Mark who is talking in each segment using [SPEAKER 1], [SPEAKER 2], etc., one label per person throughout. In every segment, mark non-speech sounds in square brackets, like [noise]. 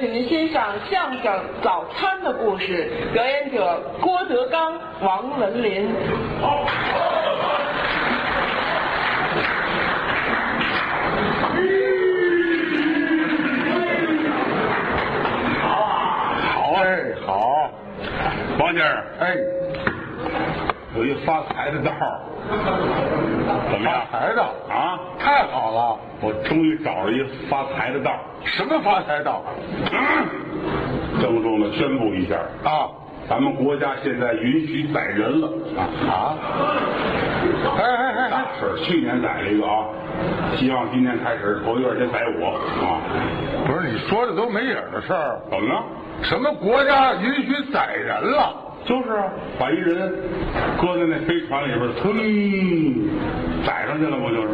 [SPEAKER 1] 请您欣赏相声《早餐》的故事，表演者郭德纲、王文林。
[SPEAKER 2] 好啊，
[SPEAKER 3] 哎，好，
[SPEAKER 2] 王先生，
[SPEAKER 3] 哎，
[SPEAKER 2] 有一发财的道
[SPEAKER 3] [laughs]
[SPEAKER 2] 儿，怎么
[SPEAKER 3] 发
[SPEAKER 2] 样？
[SPEAKER 3] 财的，
[SPEAKER 2] 啊，
[SPEAKER 3] 太好了！
[SPEAKER 2] 我终于找着一发财的道儿。 [clears throat]
[SPEAKER 3] 什么发财道
[SPEAKER 2] 郑重的宣布一下，
[SPEAKER 3] 啊
[SPEAKER 2] 咱们国家现在允许宰人了啊！
[SPEAKER 3] 啊！哎哎哎哎，
[SPEAKER 2] 大事儿，去年宰了一个啊，希望今年开始头一段先宰我啊！
[SPEAKER 3] 不是你说的都没影儿的事儿，
[SPEAKER 2] 怎么了？
[SPEAKER 3] 什么国家允许宰人了？
[SPEAKER 2] 就是啊，把一人搁在那飞船里边儿，噌，宰上去了不就是？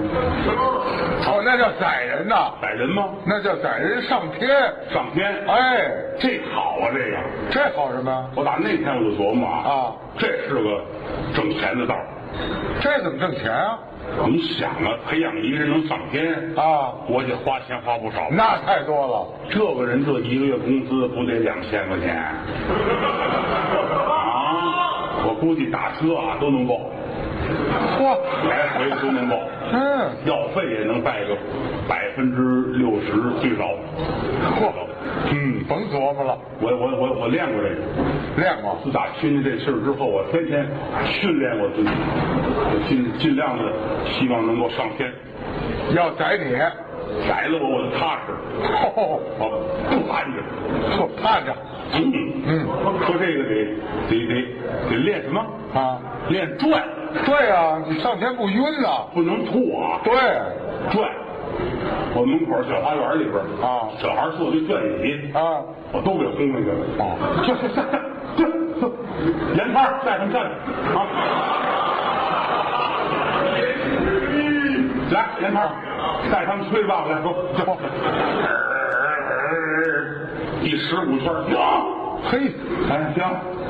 [SPEAKER 3] 哦，那叫宰人呐，
[SPEAKER 2] 宰人吗？
[SPEAKER 3] 那叫宰人上天。
[SPEAKER 2] 上天，
[SPEAKER 3] 哎，
[SPEAKER 2] 这好啊，这个。
[SPEAKER 3] 这好什么？
[SPEAKER 2] 我打那天我就琢磨啊，
[SPEAKER 3] 啊
[SPEAKER 2] 这是个挣钱的道儿。
[SPEAKER 3] 这怎么挣钱啊？
[SPEAKER 2] 你想啊，培养一个人能上天，
[SPEAKER 3] 啊，
[SPEAKER 2] 我得花钱花不少。
[SPEAKER 3] 那太多了。
[SPEAKER 2] 这个人这一个月工资不得两千块钱 [laughs] 啊？我估计打车啊都能报，
[SPEAKER 3] 嚯，
[SPEAKER 2] 来回都能报，
[SPEAKER 3] 嗯，
[SPEAKER 2] 药费也能带个百分之六十最少。
[SPEAKER 3] 嚯，
[SPEAKER 2] 嗯，
[SPEAKER 3] 甭琢磨了，啊
[SPEAKER 2] 我我我我练过这个。
[SPEAKER 3] 练过
[SPEAKER 2] 自打听见这事儿之后，我天天训练我自己，我尽尽量的希望能够上天。
[SPEAKER 3] 要宰你，
[SPEAKER 2] 宰了我，我就踏实，
[SPEAKER 3] 嚯，
[SPEAKER 2] 我不拦着。
[SPEAKER 3] 嚯 [laughs] 盼着
[SPEAKER 2] 嗯
[SPEAKER 3] 嗯，
[SPEAKER 2] 说这个得得得得练什么？
[SPEAKER 3] 啊。
[SPEAKER 2] 练转，
[SPEAKER 3] 对啊，你上天不晕呐、
[SPEAKER 2] 不能吐啊！
[SPEAKER 3] 对，
[SPEAKER 2] 转，我门口小花园里边
[SPEAKER 3] 啊
[SPEAKER 2] 小孩坐那转椅，
[SPEAKER 3] 啊，
[SPEAKER 2] 我都给轰下去了。
[SPEAKER 3] 哦，
[SPEAKER 2] 去去去去去，盐摊带他们站着啊！来，盐摊带他们吹吧，来说，第十五圈，停！
[SPEAKER 3] 嘿，
[SPEAKER 2] 哎，行，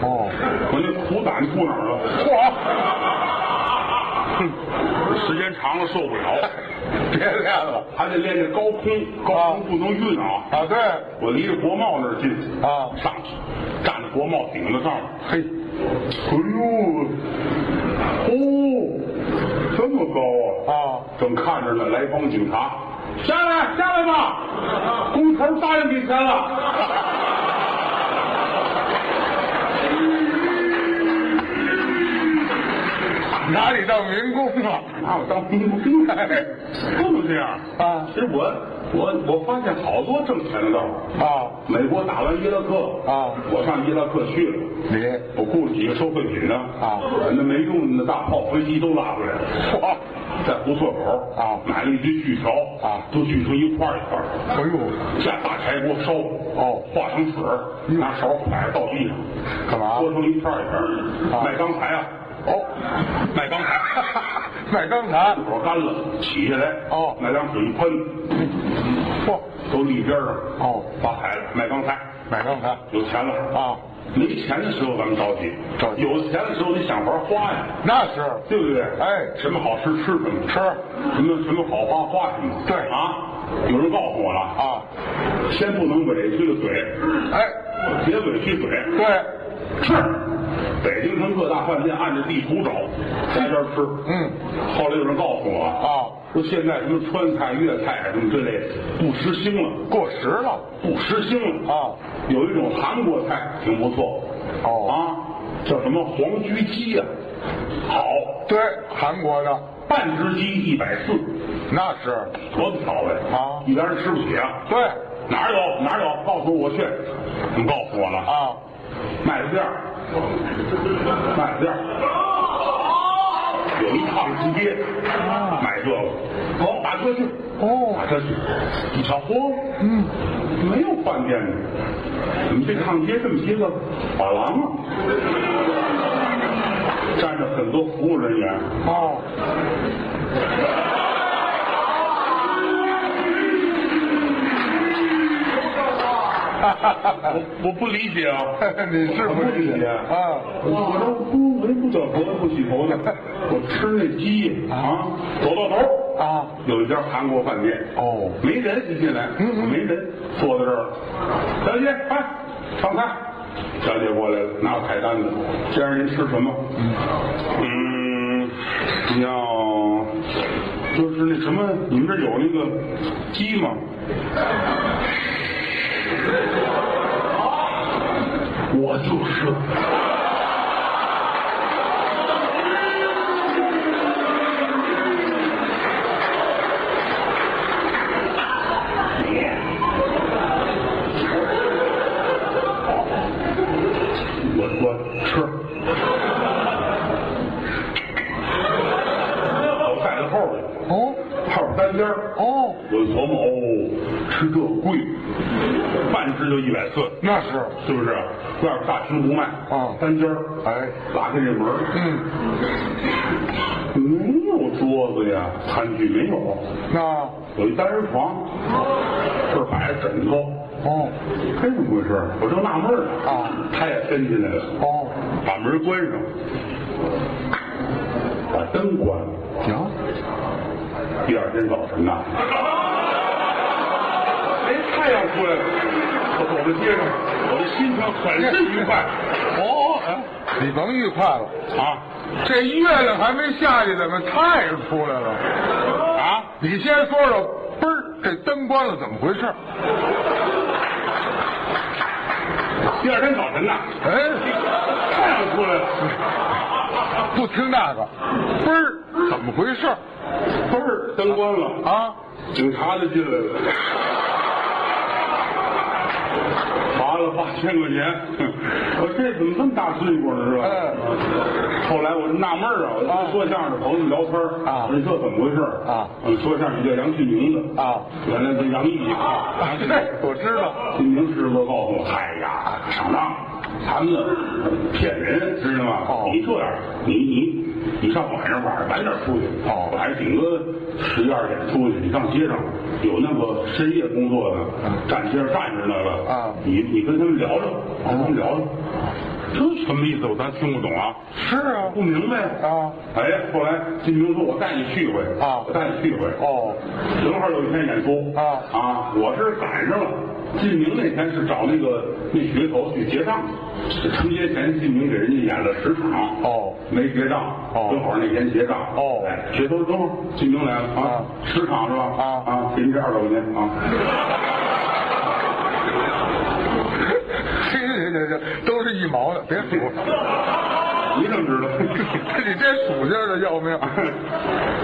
[SPEAKER 3] 哦，
[SPEAKER 2] 我那苦胆吐哪儿了？
[SPEAKER 3] 嚯，
[SPEAKER 2] 时间长了受不了，
[SPEAKER 3] 别练了
[SPEAKER 2] 还得练练高空，高空不能运啊！
[SPEAKER 3] 啊！对，
[SPEAKER 2] 我离着国贸那儿近
[SPEAKER 3] 啊
[SPEAKER 2] 上去站在国贸顶子上面。
[SPEAKER 3] 嘿，
[SPEAKER 2] 哎呦，哦，这么高啊！
[SPEAKER 3] 啊，
[SPEAKER 2] 正看着呢，来帮警察，下来，下来吧，工头答应给钱了。
[SPEAKER 3] 拿你当民工啊？
[SPEAKER 2] 拿我当兵兵来，不能这样
[SPEAKER 3] 啊
[SPEAKER 2] 其实我我我发现好多挣钱的道儿。
[SPEAKER 3] 啊，
[SPEAKER 2] 美国打完伊拉克
[SPEAKER 3] 啊
[SPEAKER 2] 我上伊拉克去了，
[SPEAKER 3] 你
[SPEAKER 2] 我雇了几个收废品呢
[SPEAKER 3] 啊
[SPEAKER 2] 那没用的大炮、飞机都拉回来了。
[SPEAKER 3] 嚯，
[SPEAKER 2] 在胡同口
[SPEAKER 3] 啊
[SPEAKER 2] 买了一堆锯条
[SPEAKER 3] 啊
[SPEAKER 2] 都锯成一块儿一块儿
[SPEAKER 3] 哎
[SPEAKER 2] 的，
[SPEAKER 3] 呦，
[SPEAKER 2] 下大柴锅烧
[SPEAKER 3] 哦嗯
[SPEAKER 2] 化成水儿，拿勺摆着倒地上，
[SPEAKER 3] 干嘛
[SPEAKER 2] 搓成一片儿一片儿的，
[SPEAKER 3] 啊
[SPEAKER 2] 卖钢材啊，
[SPEAKER 3] 哦，
[SPEAKER 2] 卖钢
[SPEAKER 3] [laughs]
[SPEAKER 2] 材，
[SPEAKER 3] 卖钢材，
[SPEAKER 2] 火干了起下来，
[SPEAKER 3] 哦
[SPEAKER 2] 拿凉水一喷，
[SPEAKER 3] 嚯，
[SPEAKER 2] 都立边儿上，
[SPEAKER 3] 哦，
[SPEAKER 2] 发财了，卖钢材，
[SPEAKER 3] 买钢材
[SPEAKER 2] 有钱了。
[SPEAKER 3] 啊，
[SPEAKER 2] 没钱的时候咱们着急，
[SPEAKER 3] 着急
[SPEAKER 2] 有钱的时候得想法花呀，
[SPEAKER 3] 那是
[SPEAKER 2] 对不对？
[SPEAKER 3] 哎
[SPEAKER 2] 什么好吃吃什么，
[SPEAKER 3] 吃，
[SPEAKER 2] 什么什么好花花什么。
[SPEAKER 3] 对
[SPEAKER 2] 啊，有人告诉我了啊，
[SPEAKER 3] 啊，
[SPEAKER 2] 先不能尾撅嘴，
[SPEAKER 3] 哎，
[SPEAKER 2] 别尾撅嘴，
[SPEAKER 3] 对，
[SPEAKER 2] 是，北京城各大饭店按着地图找，在这儿吃。
[SPEAKER 3] 嗯，
[SPEAKER 2] 后来有人告诉我
[SPEAKER 3] 啊，
[SPEAKER 2] 说现在什么川菜、粤菜什么之类不时兴了，
[SPEAKER 3] 过时了
[SPEAKER 2] 不时兴了。
[SPEAKER 3] 啊，
[SPEAKER 2] 有一种韩国菜挺不错，
[SPEAKER 3] 哦
[SPEAKER 2] 啊，叫什么黄居鸡啊，好，
[SPEAKER 3] 对，韩国的
[SPEAKER 2] 半只鸡一百四，
[SPEAKER 3] 那是，
[SPEAKER 2] 多不少呀！
[SPEAKER 3] 啊
[SPEAKER 2] 一般人吃不起啊。
[SPEAKER 3] 对，
[SPEAKER 2] 哪儿有哪儿有？告诉我我去，你们告诉我了啊
[SPEAKER 3] 啊，
[SPEAKER 2] 麦子店儿，麦子店儿，有一趟直街，买这个，走，打车去，
[SPEAKER 3] 哦
[SPEAKER 2] 打车去，一瞧，嚯，
[SPEAKER 3] 嗯，
[SPEAKER 2] 没有饭店呢，怎么这趟街这么些个把郎啊？站着很多服务人员，
[SPEAKER 3] 哦，
[SPEAKER 2] 我我不理解啊，
[SPEAKER 3] 你是不
[SPEAKER 2] 我不理
[SPEAKER 3] 是
[SPEAKER 2] 解
[SPEAKER 3] 啊？
[SPEAKER 2] 我这不我这不叫头不起头呢，我吃那鸡啊，走到头儿
[SPEAKER 3] 啊啊，
[SPEAKER 2] 有一家韩国饭店，
[SPEAKER 3] 哦
[SPEAKER 2] 没人一进来，
[SPEAKER 3] 嗯嗯
[SPEAKER 2] 没人坐在这儿了，小姐，快上菜。小姐过来了，拿个菜单子，先生您吃什么？嗯，要就是那什么，你们这儿有那个鸡吗？我就是。我我吃。我在在后边，
[SPEAKER 3] 哦
[SPEAKER 2] 后边单间儿
[SPEAKER 3] 哦，
[SPEAKER 2] 我就琢磨，哦，吃这贵，半只就一百四，
[SPEAKER 3] 那是，
[SPEAKER 2] 是不是？外边大厅不卖，
[SPEAKER 3] 嗯
[SPEAKER 2] 单间儿
[SPEAKER 3] 哎，
[SPEAKER 2] 拉开这门儿，
[SPEAKER 3] 嗯，
[SPEAKER 2] 没有桌子呀，餐具没有，
[SPEAKER 3] 那
[SPEAKER 2] 有一单人床，这儿摆着枕头，
[SPEAKER 3] 哦
[SPEAKER 2] 这怎么回事？我正纳闷儿呢，
[SPEAKER 3] 啊
[SPEAKER 2] 他也跟进来了，
[SPEAKER 3] 哦，
[SPEAKER 2] 把门关上，把灯关了。
[SPEAKER 3] 行，
[SPEAKER 2] 第二天早晨呐，啊 [laughs] 哎，太阳出来了，我走在街上，我的心情很是愉快
[SPEAKER 3] 哦，你甭愉快了，
[SPEAKER 2] 啊
[SPEAKER 3] 这月亮还没下去，怎么太阳出来了？
[SPEAKER 2] 啊！
[SPEAKER 3] 你先说说，嘣儿，这灯关了，怎么回事？
[SPEAKER 2] 第二天早晨呐，
[SPEAKER 3] 哎，
[SPEAKER 2] 太阳出来了，
[SPEAKER 3] 不听那个，嘣儿，怎么回事？
[SPEAKER 2] 嘣儿，灯关了，
[SPEAKER 3] 啊，
[SPEAKER 2] 警察就进来了，罚了八千块钱。
[SPEAKER 3] [laughs]
[SPEAKER 2] 我这怎么这么大罪过呢？是吧？啊后来我就纳闷儿啊，我
[SPEAKER 3] 哎啊
[SPEAKER 2] 就说相声的朋友们聊天儿
[SPEAKER 3] 啊
[SPEAKER 2] 我说这怎么回事儿
[SPEAKER 3] 啊
[SPEAKER 2] 我说相声叫杨旭明的
[SPEAKER 3] 啊，
[SPEAKER 2] 原来是杨毅
[SPEAKER 3] [laughs]
[SPEAKER 2] 啊，杨旭明
[SPEAKER 3] 对，我知道。
[SPEAKER 2] 金明师傅告诉我，哎呀，上当，咱们骗人，知道吗？
[SPEAKER 3] 哦
[SPEAKER 2] 你这样，你你你上晚上晚上晚点出去，
[SPEAKER 3] 哦
[SPEAKER 2] 晚上顶多十一二点出去，你上街上有那个深夜工作的，站街上站着那个，
[SPEAKER 3] 嗯啊
[SPEAKER 2] 你你跟他们聊聊，跟他们聊聊，这什么意思？我咱听不懂啊，
[SPEAKER 3] 是啊
[SPEAKER 2] 不明白
[SPEAKER 3] 啊。
[SPEAKER 2] 哎，后来金明说，我带你去一回
[SPEAKER 3] 啊
[SPEAKER 2] 我带你去一回
[SPEAKER 3] 哦，
[SPEAKER 2] 正好有一天演出
[SPEAKER 3] 啊
[SPEAKER 2] 啊，我是赶上了。晋明那天是找那个那学头去结账，春节前晋明给人家演了十场，
[SPEAKER 3] 哦
[SPEAKER 2] 没结账，
[SPEAKER 3] 哦
[SPEAKER 2] 正好那天结账，
[SPEAKER 3] 哦
[SPEAKER 2] 哎，学头正好晋明来了
[SPEAKER 3] 啊
[SPEAKER 2] 啊，十场是吧？
[SPEAKER 3] 啊
[SPEAKER 2] 啊，给您这二百块钱啊，
[SPEAKER 3] 这这这这都是一毛的，别数，
[SPEAKER 2] 你怎么知道？
[SPEAKER 3] 你这数劲儿的要命。
[SPEAKER 2] [laughs]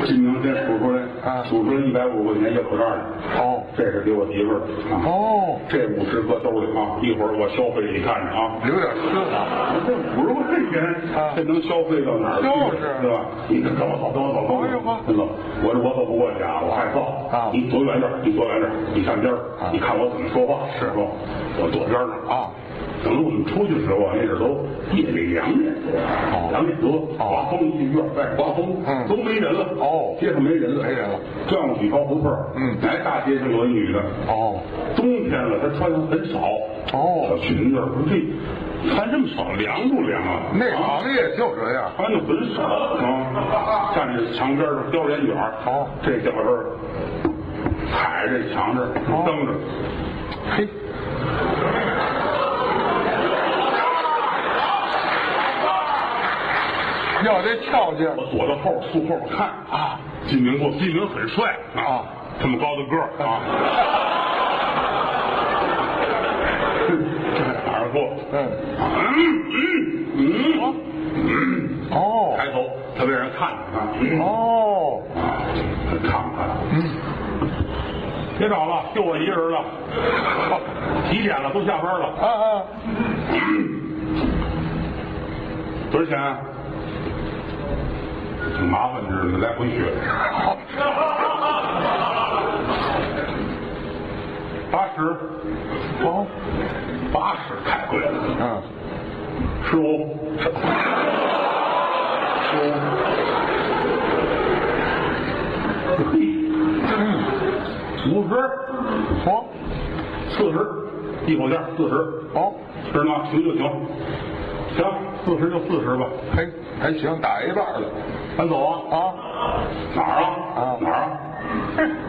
[SPEAKER 2] 晋明先数出来，
[SPEAKER 3] 啊
[SPEAKER 2] 数出来一百五块钱要口袋里，
[SPEAKER 3] 哦
[SPEAKER 2] 这是给我媳妇儿啊，
[SPEAKER 3] 哦，
[SPEAKER 2] 这五十搁兜里啊，一会儿我消费你看着啊。
[SPEAKER 3] 留点丝啊。
[SPEAKER 2] 这五十块钱，
[SPEAKER 3] 啊
[SPEAKER 2] 这能消费到哪儿去？
[SPEAKER 3] 就是
[SPEAKER 2] 对吧？你跟我走，跟我走，跟我
[SPEAKER 3] 哎呦呵
[SPEAKER 2] 走，跟我走。我这我走不过去啊，我害臊
[SPEAKER 3] 啊
[SPEAKER 2] 你躲远点儿，你躲远点儿，你上边儿
[SPEAKER 3] 啊，
[SPEAKER 2] 你看我怎么说话，是不？我躲边儿呢
[SPEAKER 3] 啊。
[SPEAKER 2] 等我们出去的时候啊，那时候都夜里两点多
[SPEAKER 3] 哦，
[SPEAKER 2] 两点多，
[SPEAKER 3] 哦
[SPEAKER 2] 刮风一进院外边刮风，
[SPEAKER 3] 嗯
[SPEAKER 2] 都没人了，
[SPEAKER 3] 哦
[SPEAKER 2] 街上没人了，
[SPEAKER 3] 没人了，
[SPEAKER 2] 转过去高头缝儿，
[SPEAKER 3] 嗯
[SPEAKER 2] 哎，大街上有一女的，
[SPEAKER 3] 哦
[SPEAKER 2] 冬天了，她穿的很少，
[SPEAKER 3] 哦
[SPEAKER 2] 小裙子儿，不对，穿这么少凉不凉啊？
[SPEAKER 3] 那
[SPEAKER 2] 啊
[SPEAKER 3] 行业就这样。
[SPEAKER 2] 穿的很少啊，站在墙边上叼着烟卷儿
[SPEAKER 3] 哦
[SPEAKER 2] 这小子儿踩着这墙这儿
[SPEAKER 3] 哦
[SPEAKER 2] 蹬着，
[SPEAKER 3] 嘿，要这跳劲儿
[SPEAKER 2] 我躲到后边树后边看
[SPEAKER 3] 啊！
[SPEAKER 2] 金明过，金明很帅
[SPEAKER 3] 啊，
[SPEAKER 2] 这么高的个儿啊， [laughs] 哪儿过？
[SPEAKER 3] 嗯，
[SPEAKER 2] 嗯嗯嗯嗯，
[SPEAKER 3] 哦
[SPEAKER 2] 抬头，他被人看着啊，嗯
[SPEAKER 3] 哦，
[SPEAKER 2] 啊，他看看，
[SPEAKER 3] 嗯，
[SPEAKER 2] 啊别找了，就我一个人了。 [laughs] 几点了？都下班了。
[SPEAKER 3] 啊啊，
[SPEAKER 2] 多少钱啊？挺麻烦，这是来回学。 [laughs] 八十，
[SPEAKER 3] 哦，
[SPEAKER 2] 八十太贵了。
[SPEAKER 3] 嗯，
[SPEAKER 2] 十五，十五，
[SPEAKER 3] 嗯，
[SPEAKER 2] 五十，
[SPEAKER 3] 哦
[SPEAKER 2] 四十，一口价四十，
[SPEAKER 3] 哦，
[SPEAKER 2] 知道吗？行就行，行，四十就四十吧。
[SPEAKER 3] 嘿，还行，打一半了
[SPEAKER 2] 咱走啊！
[SPEAKER 3] 啊，
[SPEAKER 2] 哪儿啊？
[SPEAKER 3] 啊
[SPEAKER 2] 哪儿 啊？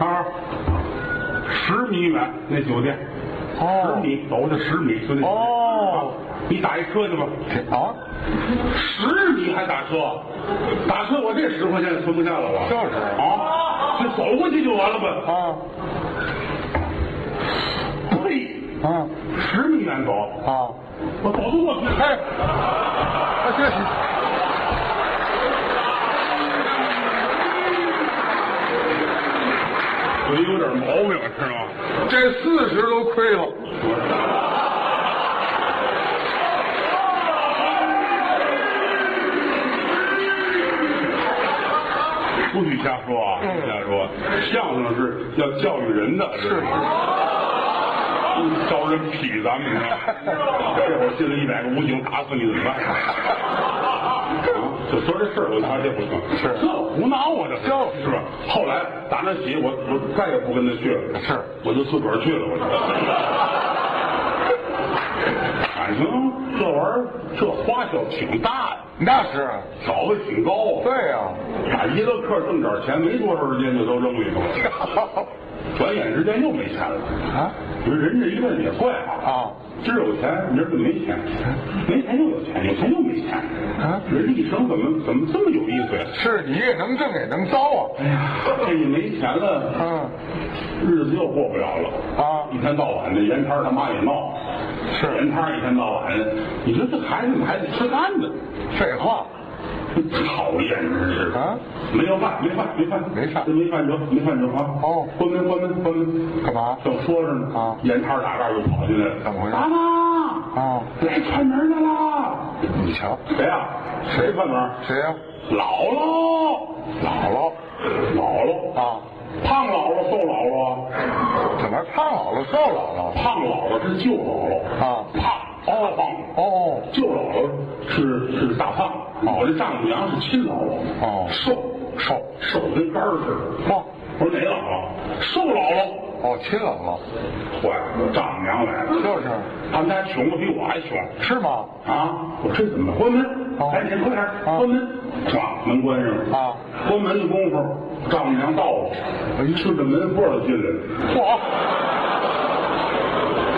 [SPEAKER 3] [laughs]
[SPEAKER 2] 啊，十米远那酒店，
[SPEAKER 3] 哦
[SPEAKER 2] 十米走就十米就那酒店。
[SPEAKER 3] 哦
[SPEAKER 2] 啊，你打一车去吧，
[SPEAKER 3] 啊，
[SPEAKER 2] 十米还打车，打车我这十块钱也存不下了，我
[SPEAKER 3] 就是
[SPEAKER 2] 啊，就走过去就完了呗。
[SPEAKER 3] 啊
[SPEAKER 2] 嘿，
[SPEAKER 3] 啊
[SPEAKER 2] 十米远走，
[SPEAKER 3] 啊！
[SPEAKER 2] 我走不过去。
[SPEAKER 3] 哎，哎这
[SPEAKER 2] 我这有点毛病，知道吗？
[SPEAKER 3] 这四十都亏了，
[SPEAKER 2] [laughs] 不许瞎说啊！不许瞎说，
[SPEAKER 3] 嗯
[SPEAKER 2] 相声是要教育人的，是嗯招人痞，咱们你知
[SPEAKER 3] [laughs]
[SPEAKER 2] 道吗这会儿进了一百个武警，打死你怎么办？啊就说这事儿，我他这不行，
[SPEAKER 3] 是
[SPEAKER 2] 这胡闹啊，这
[SPEAKER 3] 就是
[SPEAKER 2] 是吧？后来打那起，我我再也不跟他去了，
[SPEAKER 3] 是
[SPEAKER 2] 我就自个儿去了，我就。反正这玩意儿，这花销挺大呀，
[SPEAKER 3] 那是
[SPEAKER 2] 找的挺高啊。
[SPEAKER 3] 对呀、
[SPEAKER 2] 打一个客挣点钱，没多长时间就都扔里头了，转眼之间又没钱了。
[SPEAKER 3] 啊
[SPEAKER 2] 你说人这一辈子也怪啊，
[SPEAKER 3] 啊
[SPEAKER 2] 今儿有钱，明儿就没钱，没钱又有钱，有钱又没钱，
[SPEAKER 3] 啊！
[SPEAKER 2] 人这一生怎么怎么这么有意思呀？
[SPEAKER 3] 是你也能挣也能糟
[SPEAKER 2] 哎呀，这一没钱了，
[SPEAKER 3] 啊，
[SPEAKER 2] 日子又过不了了
[SPEAKER 3] 啊
[SPEAKER 2] 一天到晚的盐摊儿他妈也闹，
[SPEAKER 3] 是
[SPEAKER 2] 盐摊儿一天到晚，你说这孩子们还得吃饭呢，
[SPEAKER 3] 嗯，废话，
[SPEAKER 2] 讨厌真是
[SPEAKER 3] 啊！
[SPEAKER 2] 没有饭，没饭，没饭，
[SPEAKER 3] 没饭
[SPEAKER 2] 没饭辙，没饭辙啊！
[SPEAKER 3] 哦
[SPEAKER 2] 关门，关门，关门，
[SPEAKER 3] 干嘛
[SPEAKER 2] 正说着呢
[SPEAKER 3] 啊
[SPEAKER 2] 沿摊儿打盖儿就跑进来了，
[SPEAKER 3] 怎么回事
[SPEAKER 2] 妈妈，
[SPEAKER 3] 啊
[SPEAKER 2] 来串门的啦！
[SPEAKER 3] 你瞧
[SPEAKER 2] 谁呀、谁串门？
[SPEAKER 3] 谁呀、
[SPEAKER 2] 姥姥，
[SPEAKER 3] 姥姥
[SPEAKER 2] 姥姥，
[SPEAKER 3] 啊？
[SPEAKER 2] 胖姥姥，瘦姥姥，啊
[SPEAKER 3] 怎么胖姥姥瘦姥姥？
[SPEAKER 2] 胖姥姥是舅姥姥
[SPEAKER 3] 啊
[SPEAKER 2] 胖哦胖。
[SPEAKER 3] 哦
[SPEAKER 2] 舅姥姥是是大胖，我这丈母娘是亲姥姥，
[SPEAKER 3] 哦
[SPEAKER 2] 瘦
[SPEAKER 3] 瘦
[SPEAKER 2] 瘦得跟杆儿似的，
[SPEAKER 3] 嚯
[SPEAKER 2] 我说哪姥姥？瘦姥姥。
[SPEAKER 3] 哦，亲姥姥
[SPEAKER 2] 坏了，我丈母娘来了，
[SPEAKER 3] 就是
[SPEAKER 2] 他们家穷的比我还穷
[SPEAKER 3] 是吗？
[SPEAKER 2] 啊！我这怎么关门？
[SPEAKER 3] 哦
[SPEAKER 2] 赶紧快点关门！唰，门关上了
[SPEAKER 3] 啊！
[SPEAKER 2] 关门的功夫，丈母娘到了，我一顺着门缝儿就进来了
[SPEAKER 3] 嚯，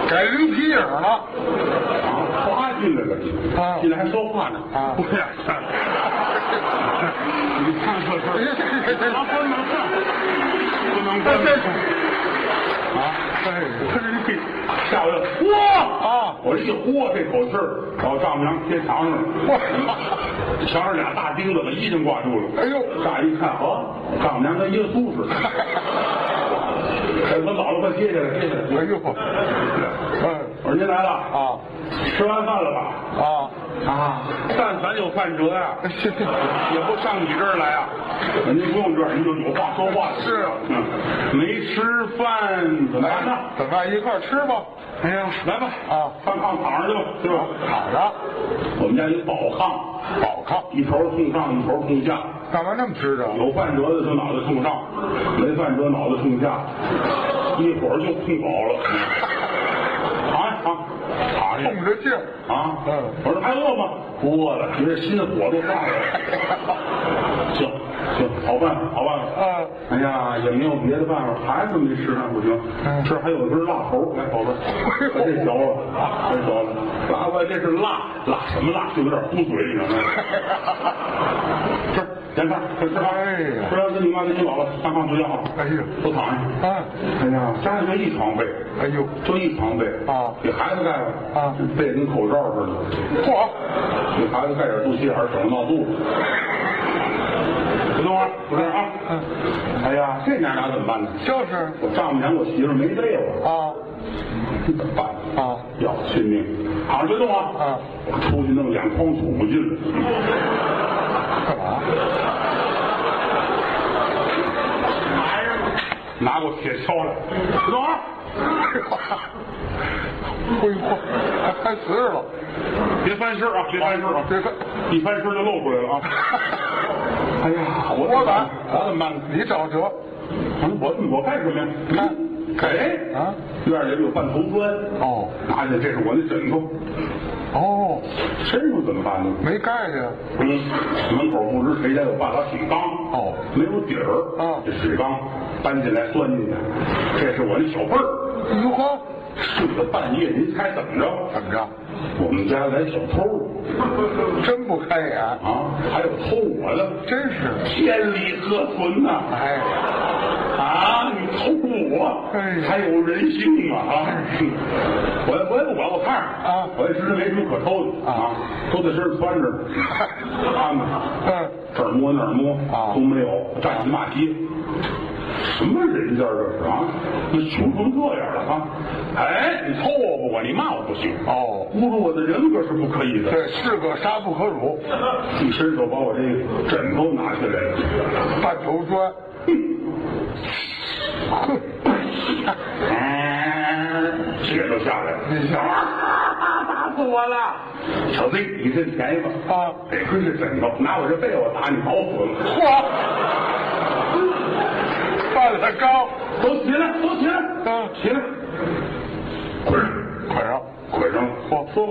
[SPEAKER 3] 给人皮影了。
[SPEAKER 2] 啊，哗进来了，
[SPEAKER 3] 啊
[SPEAKER 2] 进来还说话呢
[SPEAKER 3] 啊
[SPEAKER 2] 我呀，你看这事儿，啊关门啊不能关门。
[SPEAKER 3] 啊，
[SPEAKER 2] 他这一吓我一跳，嚯
[SPEAKER 3] 啊
[SPEAKER 2] 我这一呼这口气儿，把我丈母娘贴墙上了，墙上俩大钉子把衣裳挂住了。
[SPEAKER 3] 哎呦
[SPEAKER 2] 乍一看，啊，丈母娘跟一个苏似的。哎我姥姥快歇下来，歇下来。
[SPEAKER 3] 哎呦，嗯
[SPEAKER 2] 我说您来了
[SPEAKER 3] 啊，
[SPEAKER 2] 吃完饭了吧？
[SPEAKER 3] 啊哎
[SPEAKER 2] 啊，但凡有饭辙呀、
[SPEAKER 3] 是
[SPEAKER 2] 也不上你这儿来啊。您不用这样，您就有话说话。
[SPEAKER 3] 是啊
[SPEAKER 2] 嗯，没吃饭怎么办呢？
[SPEAKER 3] 怎么办？一块儿吃吧。
[SPEAKER 2] 哎呀，来吧，
[SPEAKER 3] 啊
[SPEAKER 2] 上炕躺着去吧，是吧？
[SPEAKER 3] 躺着，
[SPEAKER 2] 我们家有宝炕，
[SPEAKER 3] 饱炕，
[SPEAKER 2] 一头冲上，一头冲下，
[SPEAKER 3] 干嘛那么吃啊着？
[SPEAKER 2] 有饭辙的就脑袋冲上，没饭辙脑袋冲下，一会儿就空饱了。 [laughs] 躺呀躺，躺下
[SPEAKER 3] 冲着劲儿
[SPEAKER 2] 啊！
[SPEAKER 3] 嗯
[SPEAKER 2] 我说还饿吗？不饿了，你这心火都上来了。 [laughs] 行行，好办法，好办法。
[SPEAKER 3] 啊，
[SPEAKER 2] 哎呀，也没有别的办法，孩子没吃那不行
[SPEAKER 3] 嗯。
[SPEAKER 2] 这儿还有根辣头，来，宝贝儿，把这嚼了，啊这嚼了，辣吧，这是辣，辣什么辣？就有点糊嘴，你知道吗？ [laughs] 吃，点饭，快吃饭。
[SPEAKER 3] 哎呀
[SPEAKER 2] 吃完跟你妈跟你姥姥上炕睡觉了。
[SPEAKER 3] 哎呀
[SPEAKER 2] 都躺下。
[SPEAKER 3] 啊，
[SPEAKER 2] 哎呀，家里就一床被，
[SPEAKER 3] 哎呦，
[SPEAKER 2] 就一床被
[SPEAKER 3] 啊
[SPEAKER 2] 给孩子盖吧
[SPEAKER 3] 啊
[SPEAKER 2] 被跟口罩似的。
[SPEAKER 3] 嚯，
[SPEAKER 2] 给孩子盖点肚脐眼儿，省着闹肚子。不等会儿，不等会儿啊！哎呀，这娘俩怎么办呢？
[SPEAKER 3] 嗯就是
[SPEAKER 2] 我丈母娘，我媳妇儿没背我，
[SPEAKER 3] 啊
[SPEAKER 2] 你怎么办？
[SPEAKER 3] 啊，
[SPEAKER 2] 要亲命！好了，别动啊！
[SPEAKER 3] 啊，
[SPEAKER 2] 我出去弄两筐土进来，
[SPEAKER 3] 干嘛？
[SPEAKER 2] 拿过铁锹来。不啊等
[SPEAKER 3] 哎
[SPEAKER 2] 会儿，
[SPEAKER 3] 呦，还死了，
[SPEAKER 2] 别翻身啊！别翻身啊！
[SPEAKER 3] 这个
[SPEAKER 2] 一翻身就露出来了啊！ [laughs] 哎呀，我怎
[SPEAKER 3] 我
[SPEAKER 2] 么
[SPEAKER 3] 板
[SPEAKER 2] 办？我怎么办？
[SPEAKER 3] 你找辙
[SPEAKER 2] 我我干什么呀？
[SPEAKER 3] 看
[SPEAKER 2] 哎
[SPEAKER 3] 啊，
[SPEAKER 2] 院里有半头砖
[SPEAKER 3] 哦，
[SPEAKER 2] 拿去，这是我的枕头，
[SPEAKER 3] 哦，
[SPEAKER 2] 伸出怎么办呢？
[SPEAKER 3] 没盖去啊，
[SPEAKER 2] 嗯，门口不知谁家有半拉水缸，
[SPEAKER 3] 哦
[SPEAKER 2] 没有底儿，
[SPEAKER 3] 啊
[SPEAKER 2] 这水缸搬进来钻进去，这是我的小辈儿，
[SPEAKER 3] 哟呵，
[SPEAKER 2] 睡到半夜，您猜怎么着？
[SPEAKER 3] 怎么着？
[SPEAKER 2] 我们家来小偷
[SPEAKER 3] 真不开眼，
[SPEAKER 2] 啊，还有偷我的，
[SPEAKER 3] 真是，
[SPEAKER 2] 天理何存呐、
[SPEAKER 3] 哎，
[SPEAKER 2] 啊，你偷我，
[SPEAKER 3] 哎呀
[SPEAKER 2] 还有人性吗？啊，我我也不管，我看着
[SPEAKER 3] 啊
[SPEAKER 2] 我也知道没什么可偷的
[SPEAKER 3] 啊，
[SPEAKER 2] 都在身上穿着呢，看着，
[SPEAKER 3] 嗯，
[SPEAKER 2] 这儿摸那儿摸
[SPEAKER 3] 啊
[SPEAKER 2] 都没有，站起骂街。什么人家这是啊？那穷成这样了啊！哎，你偷我不管，你骂我不行，
[SPEAKER 3] 哦，
[SPEAKER 2] 侮辱我的人格是不可以的。
[SPEAKER 3] 这是个杀不可辱，
[SPEAKER 2] 一伸手把我这个枕头拿起来了，
[SPEAKER 3] 半头砖，
[SPEAKER 2] 嗯血都下来了。
[SPEAKER 3] 你想
[SPEAKER 2] 打死我了！小子，你这便宜吧？
[SPEAKER 3] 啊
[SPEAKER 2] 得亏是枕头，拿我这被我打你，好死了！
[SPEAKER 3] 嚯，犯了高，
[SPEAKER 2] 都起来，都起来，
[SPEAKER 3] 嗯
[SPEAKER 2] 起来，捆上，
[SPEAKER 3] 捆上，
[SPEAKER 2] 捆上，
[SPEAKER 3] 嚯
[SPEAKER 2] 说吧，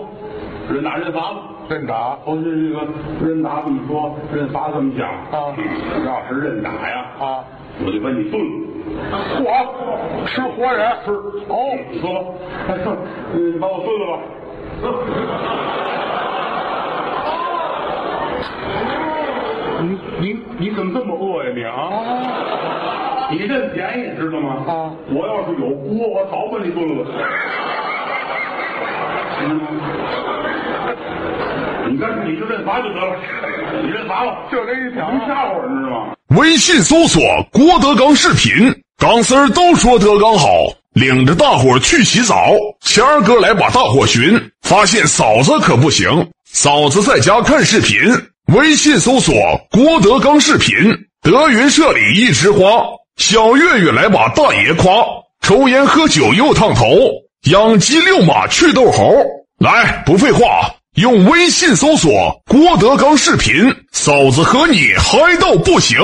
[SPEAKER 2] 人打人罚吧。
[SPEAKER 3] 认打，
[SPEAKER 2] 头是哦这个认打这么说，认罚这么讲
[SPEAKER 3] 啊
[SPEAKER 2] 嗯要是认打呀，
[SPEAKER 3] 啊，
[SPEAKER 2] 我就把你炖了。
[SPEAKER 3] 嚯，吃活人，吃，哦，
[SPEAKER 2] 你说吧， [laughs] 哎哼你把我炖了吧。你你你怎么这么饿呀你啊？
[SPEAKER 3] 啊，
[SPEAKER 2] 你认便宜知道吗？
[SPEAKER 3] 啊
[SPEAKER 2] 我要是有锅，我早把你炖了。知道吗？你干脆你就认罚就得了，你认罚吧，
[SPEAKER 3] 就这一条
[SPEAKER 2] 别吓唬人知道吗？
[SPEAKER 4] 微信搜索“郭德纲视频”，钢丝儿都说德纲好，领着大伙儿去洗澡。谦儿哥来把大伙寻，发现嫂子可不行，嫂子在家看视频。微信搜索“郭德纲视频”，德云社里一枝花，小岳岳来把大爷夸，抽烟喝酒又烫头，养鸡遛马去逗猴。来，不废话，用微信搜索“郭德纲视频”，嫂子和你嗨到不行。